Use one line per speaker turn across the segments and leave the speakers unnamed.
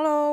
喽，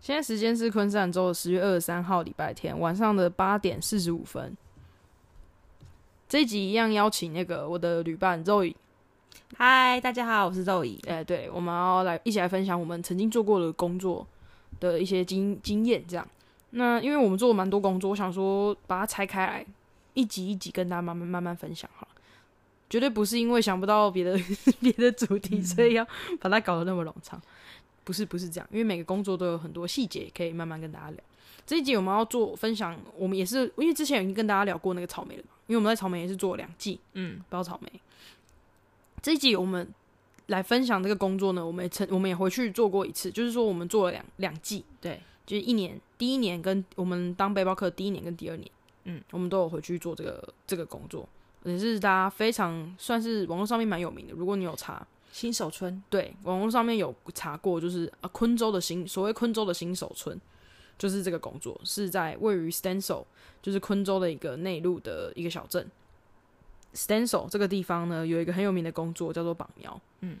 现在时间是昆山州十月二十三号礼拜天晚上的八点四十五分。这一集一样邀请那个我的旅伴 Zoe，
嗨，大家好，我是肉姨。
哎、对，我们要来一起来分享我们曾经做过的工作的一些经经验，这样。那因为我们做了蛮多工作，我想说把它拆开来，一集一集跟大家慢慢慢慢分享好了。绝对不是因为想不到别的 别的主题，所以要把它搞得那么冗长。不是不是这样，因为每个工作都有很多细节可以慢慢跟大家聊。这一集我们要做分享，我们也是因为之前已经跟大家聊过那个草莓了嘛，因为我们在草莓也是做了两季，
嗯，
包草莓。这一集我们来分享这个工作呢，我们也曾我们也回去做过一次，就是说我们做了两两季，
对，
就是一年，第一年跟我们当背包客第一年跟第二年，
嗯，
我们都有回去做这个这个工作，也是大家非常算是网络上面蛮有名的，如果你有查，
新手村，
对，网络上面有查过，就是啊，昆州的新所谓昆州的新手村，就是这个工作是在位于 Stencil，就是昆州的一个内陆的一个小镇。Stencil 这个地方呢，有一个很有名的工作叫做绑苗，
嗯，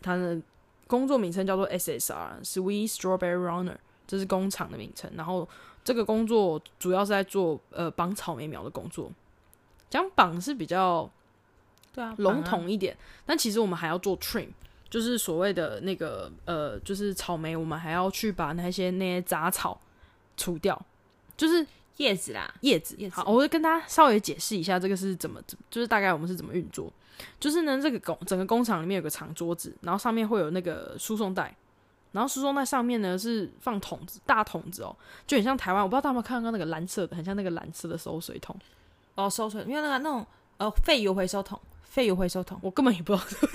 它的工作名称叫做 SSR，是 We Strawberry Runner，这是工厂的名称。然后这个工作主要是在做呃绑草莓苗的工作，讲绑是比较
对啊
笼，统一点。但其实我们还要做 trim，就是所谓的那个呃，就是草莓，我们还要去把那些那些杂草除掉，就是
叶子啦，
叶子。
叶子
好，我会跟大家稍微解释一下这个是怎么，就是大概我们是怎么运作。就是呢，这个工整个工厂里面有个长桌子，然后上面会有那个输送带。然后输送带上面呢是放桶子，大桶子哦，就很像台湾，我不知道大家有没有看到那个蓝色的，很像那个蓝色的收水桶。
哦，收存，因为那个那种呃废油回收桶，废油回收桶，
我根本也不知道是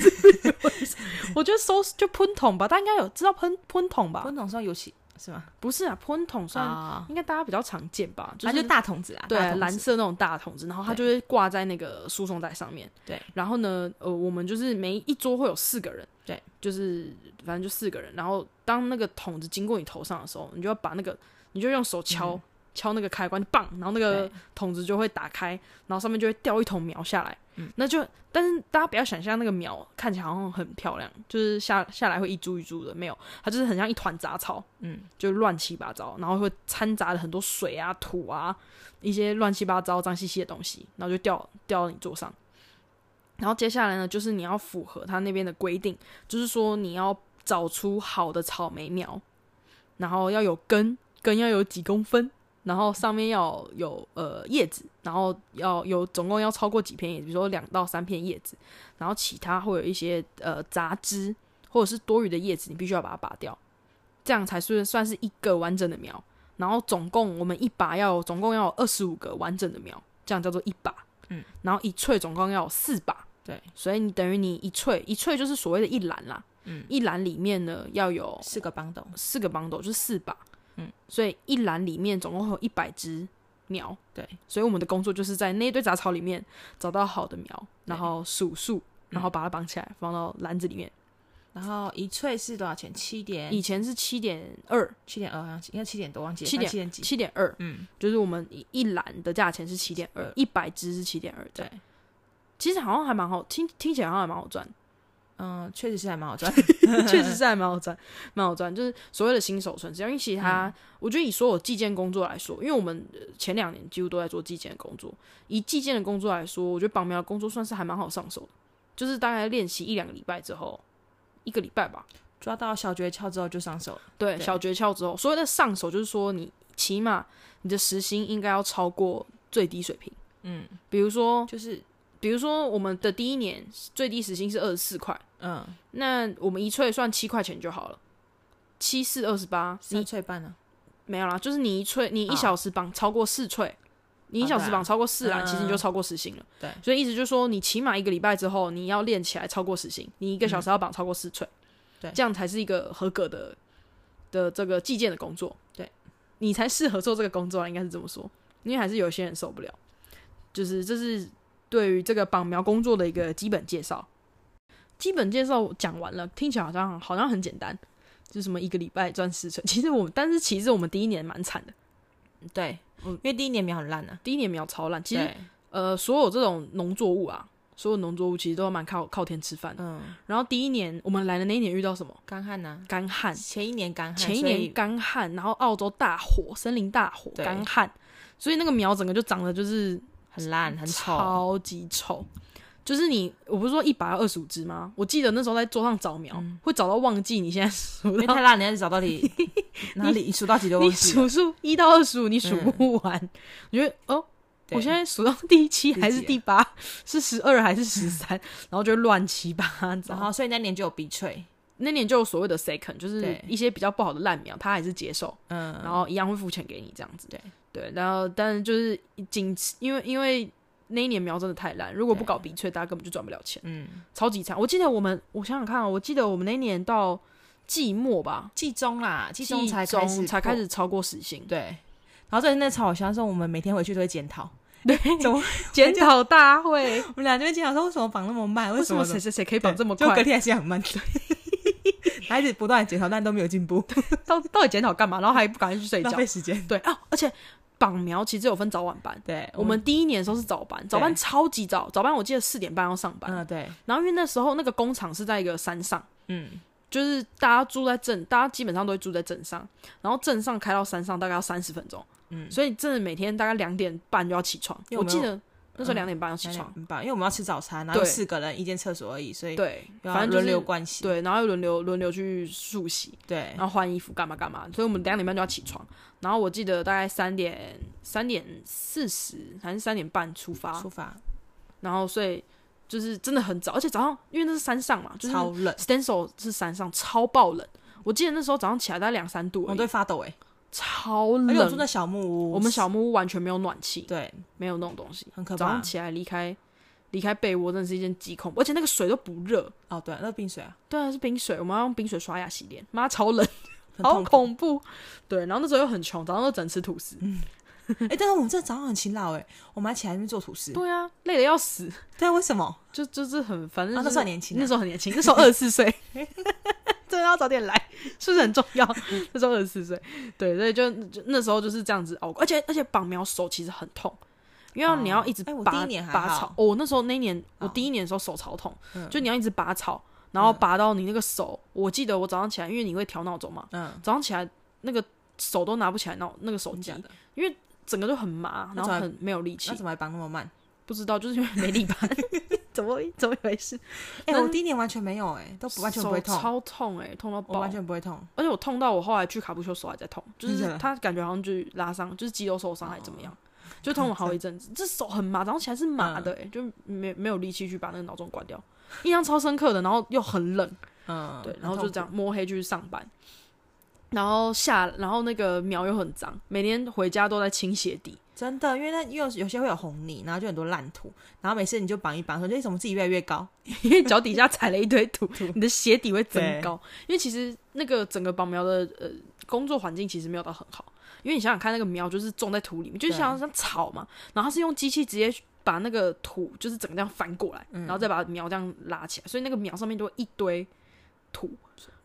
不是 我觉得收就喷桶吧，大家应该有知道喷喷桶吧？
滚筒是用油漆是吗？
不是啊，喷桶算、
啊，
应该大家比较常见吧，就
反
是
正就大桶子啦，
对啊
大桶子
蓝色那种大桶子，然后它就会挂在那个输送带上面。
对，
然后呢，呃，我们就是每一桌会有四个人，
对，
就是反正就四个人。然后当那个桶子经过你头上的时候，你就要把那个，你就用手敲、敲那个开关，棒，然后那个
嗯对
桶子就会打开，然后上面就会掉一桶苗下来。
嗯，
那就但是大家不要想象那个苗看起来好像很漂亮，就是下下来会一株一株的，没有，它就是很像一团杂草。
嗯，
就乱七八糟，然后会掺杂了很多水啊、土啊，一些乱七八糟、脏兮兮的东西，然后就掉掉到你桌上。然后接下来呢，就是你要符合他那边的规定，就是说你要找出好的草莓苗，然后要有根，根要有几公分，然后上面要有呃叶子，然后要有总共要超过几片叶子，比如说两到三片叶子，然后其他会有一些呃杂枝或者是多余的叶子，你必须要把它拔掉，这样才是算是一个完整的苗。然后总共我们一把要有总共要有二十五个完整的苗，这样叫做一把。
嗯，
然后一萃总共要有四把。
对，
所以你等于你一萃一萃就是所谓的一篮啦。
嗯，
一篮里面呢要有
四个帮斗，
四个 bundle，就是四把。
嗯，
所以一篮里面总共会有一百只苗。
对，
所以我们的工作就是在那一堆杂草里面找到好的苗，
对
然后数数，然后把它绑起来，放到篮子里面。
然后一萃是多少钱？七点
以前是七点二，
七点二，好像应该七点多，忘记了
七点
反正七点几，
七点二，
嗯，
就是我们一一篮的价钱是七点二，一百只是七点二。
对，
其实好像还蛮好，听听起来好像还蛮好赚，
嗯，确实是还蛮 好赚，
确实是还蛮好赚，蛮好赚。就是所谓的新手村，只要因为其实它，我觉得以所有寄件工作来说，因为我们呃前两年几乎都在做寄件的工作，以寄件的工作来说，我觉得绑苗的工作算是还蛮好上手的，就是大概练习一两个礼拜之后，一个礼拜吧，
抓到小诀窍之后就上手了，
对，
对
小诀窍之后，所谓的上手就是说你起码你的时薪应该要超过最低水平，
嗯，
比如说，
就是
比如说我们的第一年最低时薪是二十四块。
嗯，
那我们一萃算七块钱就好了，七四二十八，
三
你
萃半呢，啊
没有啦，就是你一萃，你一小时绑超过四萃，你一小时
对啊
绑超过四栏，
嗯
其实你就超过时薪了。
对
所以意思就是说，你起码一个礼拜之后，你要练起来超过时薪，你一个小时要绑超过四寸，
嗯对
这样才是一个合格的的这个计件的工作，
对，
你才适合做这个工作啊，应该是这么说，因为还是有些人受不了，就是这是对于这个绑苗工作的一个基本介绍。基本介绍讲完了，听起来好像好像很简单，就什么一个礼拜赚四成。其实我们，但是其实我们第一年蛮惨的，
对，因为第一年苗很烂啊。
第一年苗超烂。其实
对，
呃，所有这种农作物啊，所有农作物其实都蛮靠靠天吃饭的。
嗯，
然后第一年我们来的那一年遇到什么？
干旱啊呐，
干旱，
前一年干旱，
前一
所以
年干旱，然后澳洲大火，森林大火，
对
干旱，所以那个苗整个就长得就是
很烂，很丑。
超级丑。就是你，我不是说一百二十五只吗？我记得那时候在桌上找苗，
嗯
会找到忘记你现在数
因为
到
太烂，你要找到 底哪里数到几都
你
忘记了。嗯
数数一到二十五，你数不完。你觉得哦，
对
我现在数到第七
第
还是
几
第八， 是十二还是十三，然后就乱七八糟。
然后，所以那年就有鼻萃，
那年就有所谓的 second，就是
对
一些比较不好的烂苗，他还是接受，
嗯，
然后一样会付钱给你这样子。
对
对，然后但是就是仅因为因为那一年苗真的太烂，如果不
对
搞鼻萃，大家根本就赚不了钱，
嗯，
超级惨。我记得我们，我想想看啊，我记得我们那一年到季末吧，
季中啦，季
季
中才开始
才
破
开始超过时薪，
对。然后最近那超好笑，是我们每天回去都会检讨，对， 怎么
检讨大会。
我们俩就会检讨说为什么绑那么慢，
为
为
什
什
么
么
谁谁谁可以
绑
绑这么
就隔
快？
天还是 很慢，对，孩子不断地检讨，但都没有进步，
到到底检讨干嘛？然后还不赶快去睡
浪
觉？
费时间。
对啊，而且绑苗其实有分早晚班。
对，
我们第一年的时候是早班，早班超级早，早班我记得四点半要上班。
嗯对，
然后因为那时候那个工厂是在一个山上，
嗯
就是大家住在镇，大家基本上都会住在镇上，然后镇上开到山上大概要三十分钟，
嗯，
所以真的每天大概两点半就要起床。
因为
我
我们
记
有
得那时候
嗯
两点半要起
很
床，
很棒，因为我们要吃早餐，然后
对
四个人一间厕所而已，所以
对，
要
反正就是
轮流哎盥洗。
对，然后又轮流轮流去漱洗，
对
然后换衣服干嘛干嘛，所以我们两点半就要起床。然后我记得大概三点三点四十还是三点半出发
出，发
然后所以就是真的很早，而且早上因为那是山上嘛，就是
超冷，
Stencil 是山上超爆冷，我记得那时候早上起来大概两三度而已，
我都会发抖哎，
超
而且哎我
嗯
住
冷。
在小木屋，
我们小木屋完全没有暖气，
对
没有那种东西，
很可
早
怕
上起来离开离开被窝真的是一件极恐怖，而且那个水都不热，
哦对，那冰水啊，
对啊，是冰水，我们要用冰水刷牙洗脸，妈超冷，
很
好
痛苦。
恐怖。对，然后那时候又很穷，早上都只能吃吐司。
哎，但是我们真的早上很勤劳哎，我们还起来那边做吐司。
对啊，累的要死，
对啊，为什么？
就就是很，反正、
啊
就是
那时候很年轻啊
那时候很年轻，那时候二十四岁， 真的要早点来，是不是很重要？那时候二十四岁，对，所以就就那时候就是这样子熬过，而且而且绑苗手其实很痛。因为
哦
你要一直
哎我
拔、
第一年还
拔
好
草，哦我那时候那一年我
哦
第一年的时候手超痛，
嗯
就你要一直拔草，然后拔到你那个手，我记得我早上起来，因为你会调闹钟嘛，
嗯，
早上起来那个手都拿不起来，那那个手
真
机
假的？
整个就很麻，
那
然后
怎么
很没有力气
那，怎么还绑那么慢？
不知道就是因为没 力吧，怎么怎么一回事？
哎，
那
我第一年完全没有哎，都不完全不会
手
痛，
超痛哎、痛到
我
爆，
完全不会痛。
而且我痛到我后来去卡布修手还在痛，就
真的假哦
是
的
他感觉好像就是拉伤，就是肌肉受伤还是怎么样，就痛了好一阵子，这手很麻，早上起来是麻的、
嗯
欸，就没没有力气去把那个闹钟关掉，印象超深刻的，然后又很冷，
嗯，
对，
很
然后就
痛
这样摸黑去上班，然后下，然后那个苗又很脏，每天回家都在清鞋底，
真的，因为那因为有些会有红泥，然后就很多烂土，然后每次你就绑一绑，说为什么自己越来越高？
因为脚底下踩了一堆土，你的鞋底会增高。因为其实那个整个绑苗的呃工作环境其实没有到很好，因为你想想看，那个苗就是种在土里面，就是
对
像像草嘛，然后它是用机器直接把那个土就是整个这样翻过来，
嗯
然后再把苗这样拉起来，所以那个苗上面都会一堆土，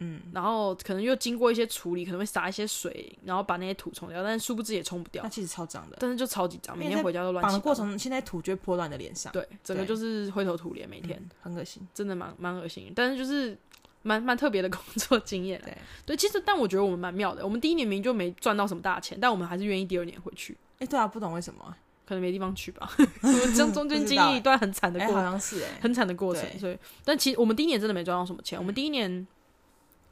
嗯，
然后可能又经过一些处理，可能会撒一些水，然后把那些土冲掉，但是殊不知也冲不掉
那，其实超脏的。
但是就超级脏，每
嗯因为
天
在
回家都啊乱
绑
七
的
八
过
糟。
程，现在土就会泼到你的脸上，
对，整个
对
就是灰头土脸，每天。
嗯，很恶心。
真的蛮蛮恶心的，但是就是蛮蛮特别的工作经验啦啊对，
对
其实但我觉得我们蛮妙的，我们第一年明明就没赚到什么大钱，但我们还是愿意第二年回去，
哎，对啊，不懂为什么，
可能没地方去 吧。我们中中间
不知
经
道
历一段很惨的
哎，
过，
好像是哎，
很惨的过程，
对嗯
所以但其实我们第一年真的没赚到什么钱，我们第一年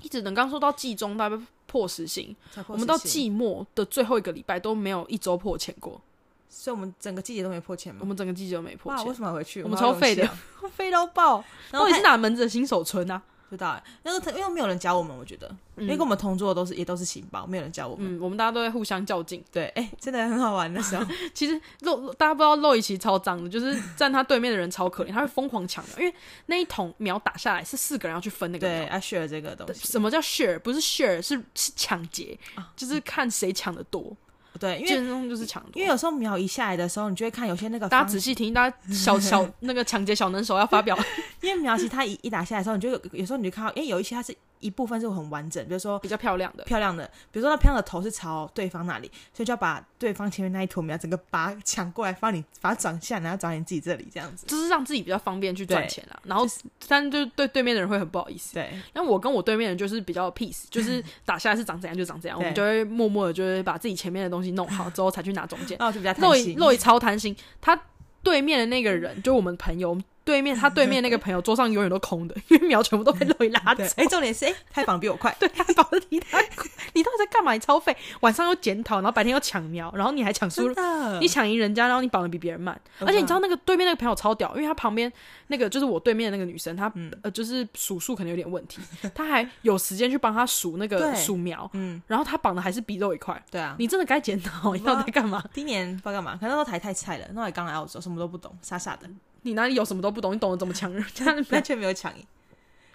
一直等刚说到季中大概破十行，
才破
我们到
40，
季末的最后一个礼拜都没有一周破钱过，
所以我们整个季节都没破钱
我
嘛。
们整个季节都没破
嗯哇，为
钱，
什么还回去？
我们
好
超废的
啊荣幸哦，废到爆。
到
然后
底
他
是哪门子的新手村啊？
知道欸，但是他因为没有人教我们，我觉得，因为跟我们同桌的都是也都是情报，没有人教我们。
嗯嗯，我们大家都在互相较劲。
对，哎、真的很好玩 那时候。
其实肉大家不知道肉一奇超脏的， 就是站他对面的人超可怜，他会疯狂抢苗，因为那一桶苗打下来是四个人要去分那个苗
对，。要啊 share 这个东西。
什么叫 share？不是 share，是是抢劫，就是看谁抢的多。
对，啊嗯因为
健身中就是抢得多，
因为有时候苗一下来的时候，你就会看有些那个
大家
方
仔细听，大家小小那个抢劫小能手要发 表，
因为苗其实它一一打下来的时候，你就有有时候你就看到，因为有一些它是一部分是很完整，比如说
比较漂亮的。
漂亮的，比如说那漂亮的头是朝对方那里，所以就要把对方前面那一坨苗整个把它抢过来，放你把它转向，然后转你自己这里这样子。
就是让自己比较方便去赚
对
钱啦，然后但是就是对对面的人会很不好意思。
对嗯
但我跟我 对面的人就是比较 peace，就是打下来是长怎样就长怎样，我
对
们就会默默的，就是把自己前面的东西弄 好之后才去拿中间。
那我就比较
肉
贪
一
心。
肉一超贪心，他对面的那个人就是我们朋友，我们对面他对面那个朋友桌上永远都空的，因为苗全部都被肉一拉走。
对，。 哎、重点是哎，拍房比我快
对他搞得你他，你到底在干嘛？你超废，晚上又检讨，然后白天又抢苗，然后你还抢输入
真的，嗯
你抢赢人家，然后你绑的比别人慢，而且你知道那个对面那个朋友超屌，因为他旁边那个就是我对面的那个女生，她、
嗯
呃就是数数可能有点问题， 她还有时间去帮她数那个
对
数苗，
嗯，
然后她绑的还是比肉一块，
对啊。
你真的该检讨，你到底在干嘛？
第一年不知道干嘛，可能那时候台太菜了，那我也刚来澳洲，什么都不懂，傻傻 的，
你哪里有什么都不懂，你懂得怎么抢人 家的苗
完，全没有抢赢。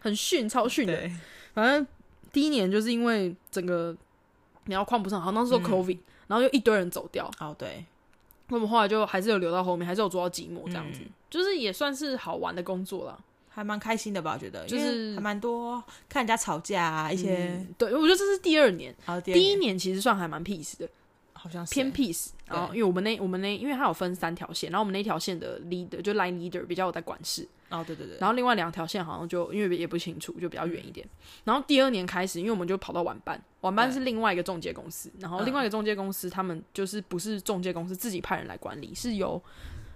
很逊，超逊的。
对，
反正第一年就是因为整个苗况不是很好，那时候
嗯
COVID，、然后又一堆人走掉，
哦对，
那么后来就还是有留到后面，还是有做到寂寞这样子，
嗯
就是也算是好玩的工作啦。
还蛮开心的吧？我觉得，
就
因为
是
还蛮多看人家吵架啊，一些。
嗯对，我觉得这是第二年，
然后第二
第一
年
年其实算还蛮 peace 的，
好像是
偏
欸
peace。然后因为我们那我们那因为它有分三条线，然后我们那条线的 leader 就 line leader 比较有在管事，
哦，对对对，
然后另外两条线好像就因为也不清楚，就比较
嗯
远一点。然后第二年开始，因为我们就跑到晚班，晚班
对
是另外一个中介公司，然后
嗯
另外一个中介公司他们就是不是中介公司自己派人来管理，是由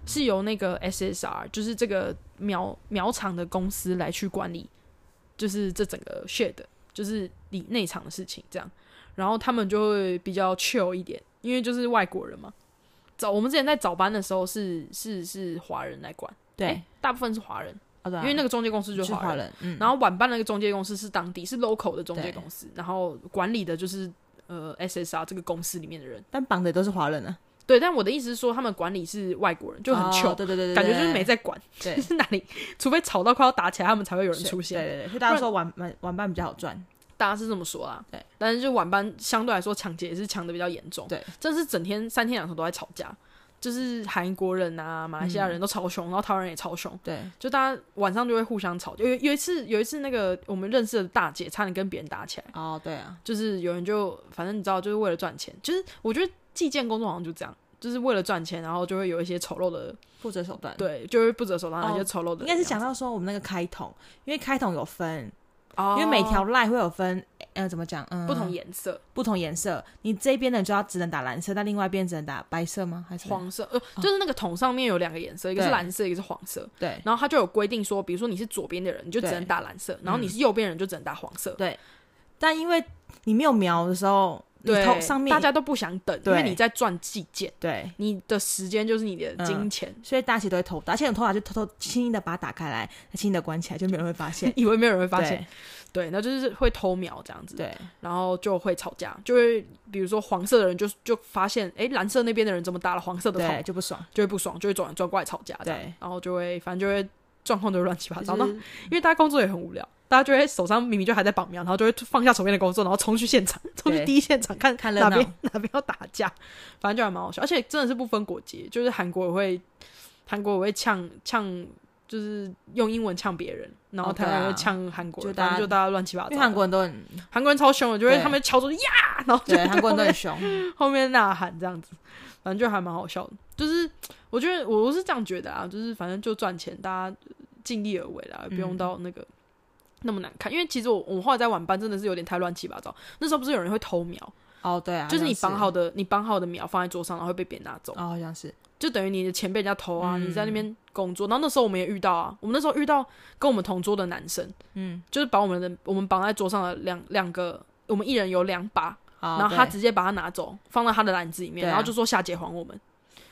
是由那个 SSR 就是这个苗苗场的公司来去管理，就是这整个 shed 就是里内场的事情这样。然后他们就会比较 chill 一点，因为就是外国人嘛。早我们之前在早班的时候是是是华人来管，
对
诶，大部分是华人。
哎哦对啊，
因为那个中介公司就是是华
华
人，
人，嗯，
然后晚班那个中介公司是当地是 local 的中介
对
公司，然后管理的就是呃 SSR 这个公司里面的人。
但绑的都是华人呢，
对，但我的意思是说，他们管理是外国人，就很
哦
穷，
对对对，对
感觉就是没在管，
对
就是哪里，除非吵到快要打起来，他们才会有人
是
出现。
对对对，所以大家说玩玩玩伴比较好赚，
大家是这么说啦，
对。
但是就晚班相对来说抢劫也是抢的比较严重，
对，
真是整天三天两头都在吵架，就是韩国人啊、马来西亚人都超凶，然后台湾人也超凶，
对，
就大家晚上就会互相吵架。有有一次，有一次那个我们认识的大姐差点跟别人打起来，
哦对啊，
就是有人就反正你知道，就是为了赚钱。其实我觉得计件工作好像就这样，就是为了赚钱，然后就会有一些丑陋的，
不择手段，，
对，就会不择手段，
哦
有一些丑陋的。
应该是讲，到说我们那个开筒，因为开筒有分，
哦、
因为每条赖会有分，呃，怎么讲，嗯，
不同颜色，
不同颜色，你这边的就要只能打蓝色，但另外一边只能打白色吗？还是
黄色，呃，就是那个桶上面有两个颜色，一个是
嗯对
蓝色，一个是黄色。
对
然后他就有规定说，比如说你是左边的人，你就只
对
能打蓝
嗯
色；然后你是右边的人，就只能打黄色。
对，但因为你没有瞄的时候，你
对，
头上面
大家都不想等，因为
对
你在赚计件，
对，
你的时间就是你的
嗯
金钱。
所以大家其实都会偷打，而且你偷打就偷偷轻易的把它打开来，轻易的关起来，就没有人会发现
。以为没有人会发现，对，那就是会偷瞄这样子，
对
然后就会吵架，就会比如说黄色的人就就发现，哎，蓝色那边的人怎么打了黄色
对
的头
对，，就不爽。
就会不爽，就会转转过来吵架，这样
对，
然后就会反正就会状况就会乱七八糟，
就
那
是
因为大家工作也很无聊。大家就会手上明明就还在绑苗，然后就会放下手边的工作，然后冲去现场，冲去第一现场看
看热
哪
闹
边哪边要打架，反正就还蛮好笑。而且真的是不分国籍，就是韩国也会，韩国也会呛呛，就是用英文呛别人，然后
哦
台
对啊
湾也会呛韩国人，
就大家
反正就大家乱七八糟
因为
的。
韩国人都很
韩国人超凶的，就会
对
他们敲桌子呀，然后就
对韩国人都
在
很凶，
后面呐喊这样子，反正就还蛮好笑的。就是我觉得我是这样觉得啊，就是反正就赚钱，大家尽力而为啦，也不
嗯
用到那个、那么难看。因为其实我我后来在晚班真的是有点太乱七八糟，那时候不是有人会偷苗，
哦对 啊，
就是你
绑
绑好的你绑好的苗放在桌上，然后会被别人拿走，
哦好像是
就等于你的钱被人家偷啊，
嗯
你在那边工作。然后那时候我们也遇到啊，我们那时候遇到跟我们同桌的男生，
嗯，
就是把我们的我们绑在桌上的两两个，我们一人有两把
哦
然后他
对
直接把它拿走，放到他的篮子里面，
对啊
然后就说夏节还我们。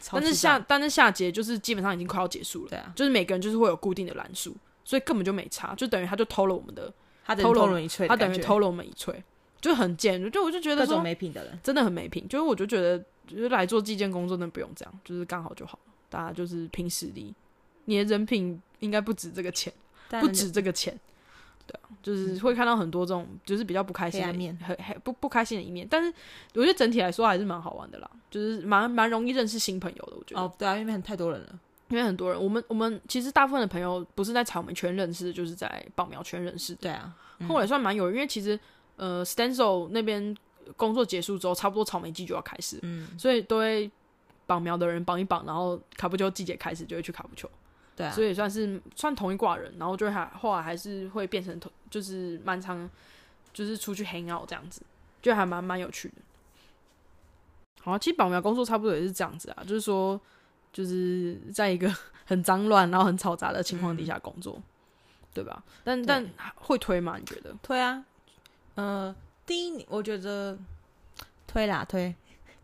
超
但是
智
夏
障
但是夏节就是基本上已经快要结束了，
对啊
就是每个人就是会有固定的篮数，所以根本就没差，就等于他就偷了我们的
他等于
偷
偷
了
了一吹的
他
感
等
觉，
于偷了我们一锤，就很贱。就我就觉得
各种
说，
没品的人，
真的很没品。就是我就觉得，就是来做计件工作，真的不用这样，就是刚好就好了。大家就是凭实力，你的人品应该不止这个钱，
但
不止这个钱。对啊，就是会看到很多这种，就是比较不开心
嗯黑
的
暗面
很很不不开心的一面。但是我觉得整体来说还是蛮好玩的啦，就是蛮蛮容易认识新朋友的。我觉得，
哦，对啊，因为很太多人了，
因为很多人，我们我们其实大部分的朋友不是在草莓圈认识，就是在棒苗圈认识的。
对啊，嗯
后来算蛮有，因为其实呃，Stencil 那边工作结束之后，差不多草莓季就要开始，
嗯，
所以都会绑苗的人绑一绑，然后卡布丘季节开始就会去卡布丘，
对啊，
所以算是算同一挂人，然后就会还后来还是会变成同，就是蛮常就是出去 hang out 这样子，就还蛮蛮有趣的。好，啊其实绑苗工作差不多也是这样子啊，就是说就是在一个 很脏乱然后很嘈杂的情况底下工作，对吧？但
嗯对
但会推吗？你觉得？
推啊，呃，第一年我觉得推啦推，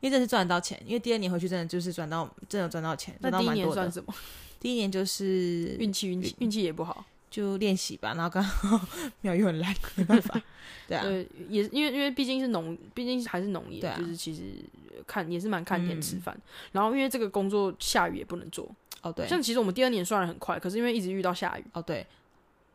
因为这是赚得到钱，因为第二年回去真的就是赚到真的赚到钱，
那
赚到
第一
蛮
年
多
算
的。
什么？
第一年就是
运气，运气，运气也不好。
就练习吧，然后刚好 妙又很烂，没 办法，对啊，
对，也因为因为毕竟是农，毕竟还是农业，
对啊嗯
就是其实呃看也是蛮看天吃饭。然后因为这个工作下雨也不能做，
哦对，
像其实我们第二年算然很快，可是因为一直遇到下雨，
哦对，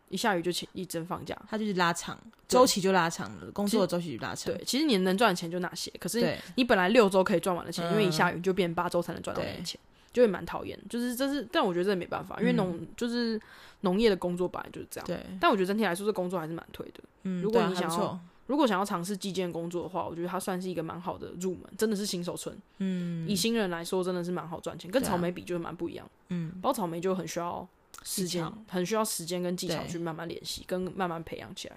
一下雨就请一整放假。
他就是拉长
对
周期就拉长了，工
其
作的周期就拉长
对，，其实你能赚的钱就那些，可是
对
你本来六周可以赚完的钱，因为一
嗯
下雨就变八周才能赚到那
对嗯
个钱，就会蛮讨厌。就是这是，但我觉得这没办法，因为农、就是农业的工作本来就是这样。
对，
但我觉得整体来说，这工作还是蛮推的。
嗯，
如果
对啊
你
还不
想要
错，
如果想要尝试基建工作的话，我觉得它算是一个蛮好的入门，真的是新手村。
嗯
以新人来说，真的是蛮好赚钱，跟
对啊
草莓比就是蛮不一样。
嗯，
包草莓就很需要时
技
间
巧，
很需要时间跟技巧
对
去慢慢练习，跟慢慢培养起来。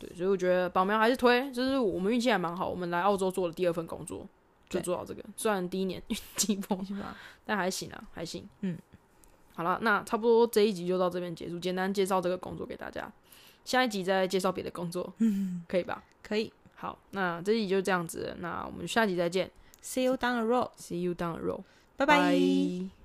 对，所以我觉得保苗还是推，就是我们运气还蛮好，我们来澳洲做的第二份工作就
对
做到这个，虽然第一年 运气不好
是吧？
但还行啊，还行。
嗯，
好了，那差不多这一集就到这边结束，简单介绍这个工作给大家，下一集再介绍别的工作，嗯，可以吧？
可以
好，那这一集就这样子了，那我们下集再见
，See you down the road，
，See you down the road，
拜拜。
Bye